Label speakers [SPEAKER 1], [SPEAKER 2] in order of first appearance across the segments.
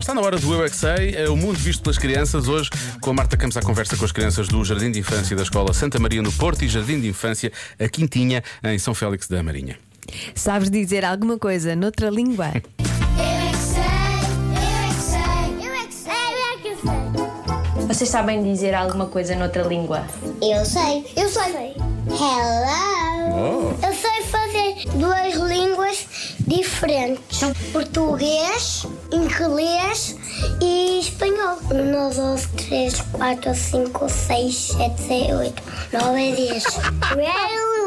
[SPEAKER 1] Está na hora do Eu é que Sei, é o mundo visto pelas crianças. Hoje, com a Marta Campos, à conversa com as crianças do Jardim de Infância da Escola Santa Maria no Porto e Jardim de Infância, a Quintinha, em São Félix da Marinha.
[SPEAKER 2] Sabes dizer alguma coisa noutra língua?
[SPEAKER 3] Vocês sabem dizer alguma coisa noutra língua?
[SPEAKER 4] Eu sei. Eu sei. Hello.
[SPEAKER 1] Oh.
[SPEAKER 4] Eu sei fazer duas línguas diferentes. Português, inglês e espanhol. 1, 2, 3, 4, 5, 6, 7, 8, 9, 10. Well,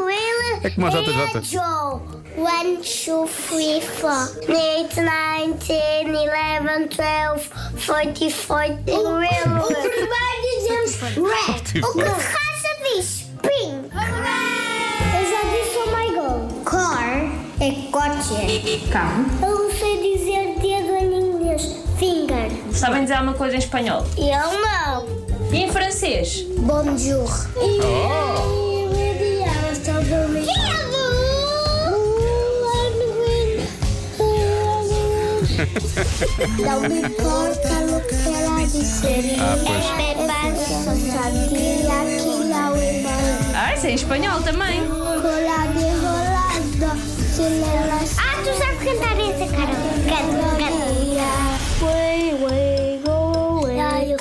[SPEAKER 4] well.
[SPEAKER 1] É como a Jota Jota.
[SPEAKER 4] Angel. One, two, three, four. Eight, nine, ten, eleven, twelve, forty, forty. O primeiro dizemos Oh. red. O que raça diz pink. Eu já disse oh my god. Car é coche.
[SPEAKER 3] Carro.
[SPEAKER 4] Eu não sei dizer dedo em inglês. Finger.
[SPEAKER 3] Sabem dizer alguma coisa em espanhol?
[SPEAKER 4] Eu não.
[SPEAKER 3] E em francês?
[SPEAKER 4] Bonjour. E mediano, estou dormindo. Não me importa o que ela disser. Ah, pois. É sabia que não é mais.
[SPEAKER 3] Ah, isso é em espanhol também.
[SPEAKER 4] Colado enrolado, se ela Ah, tu sabes cantar essa, cara. Canta, canta. Way, way, go away.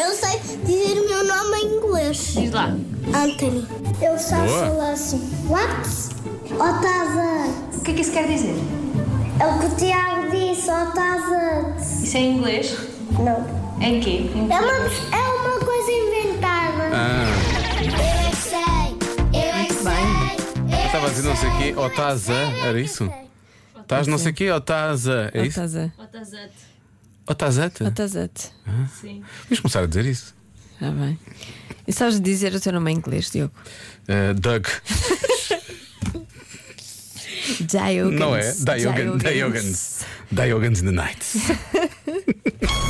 [SPEAKER 4] Eu sei dizer o meu nome em inglês.
[SPEAKER 3] Diz lá.
[SPEAKER 4] Anthony. Eu só
[SPEAKER 1] Boa.
[SPEAKER 4] falar assim. What? Otávio.
[SPEAKER 3] O que é que isso quer dizer?
[SPEAKER 4] É o que o Tiago disse, Otávio.
[SPEAKER 3] Isso é em inglês?
[SPEAKER 4] Não.
[SPEAKER 3] Em quê? Em-
[SPEAKER 4] É uma, é uma coisa inventada.
[SPEAKER 1] Ah,
[SPEAKER 4] Eu é que sei. Eu é que sei. é
[SPEAKER 1] estava a dizer não sei o quê, Otaza, era isso? Estás não sei o quê, Otaza, é isso?
[SPEAKER 2] Otazate.
[SPEAKER 1] Otazata?
[SPEAKER 2] Otazate.
[SPEAKER 3] Sim.
[SPEAKER 1] Vamos começar a dizer isso.
[SPEAKER 2] Ah, bem. E sabes dizer o teu nome em inglês, Diogo?
[SPEAKER 1] Eh, Doug,
[SPEAKER 2] Diogans.
[SPEAKER 1] não é? Diogans.
[SPEAKER 2] Diogans.
[SPEAKER 1] Diogans. Diogans in the Night.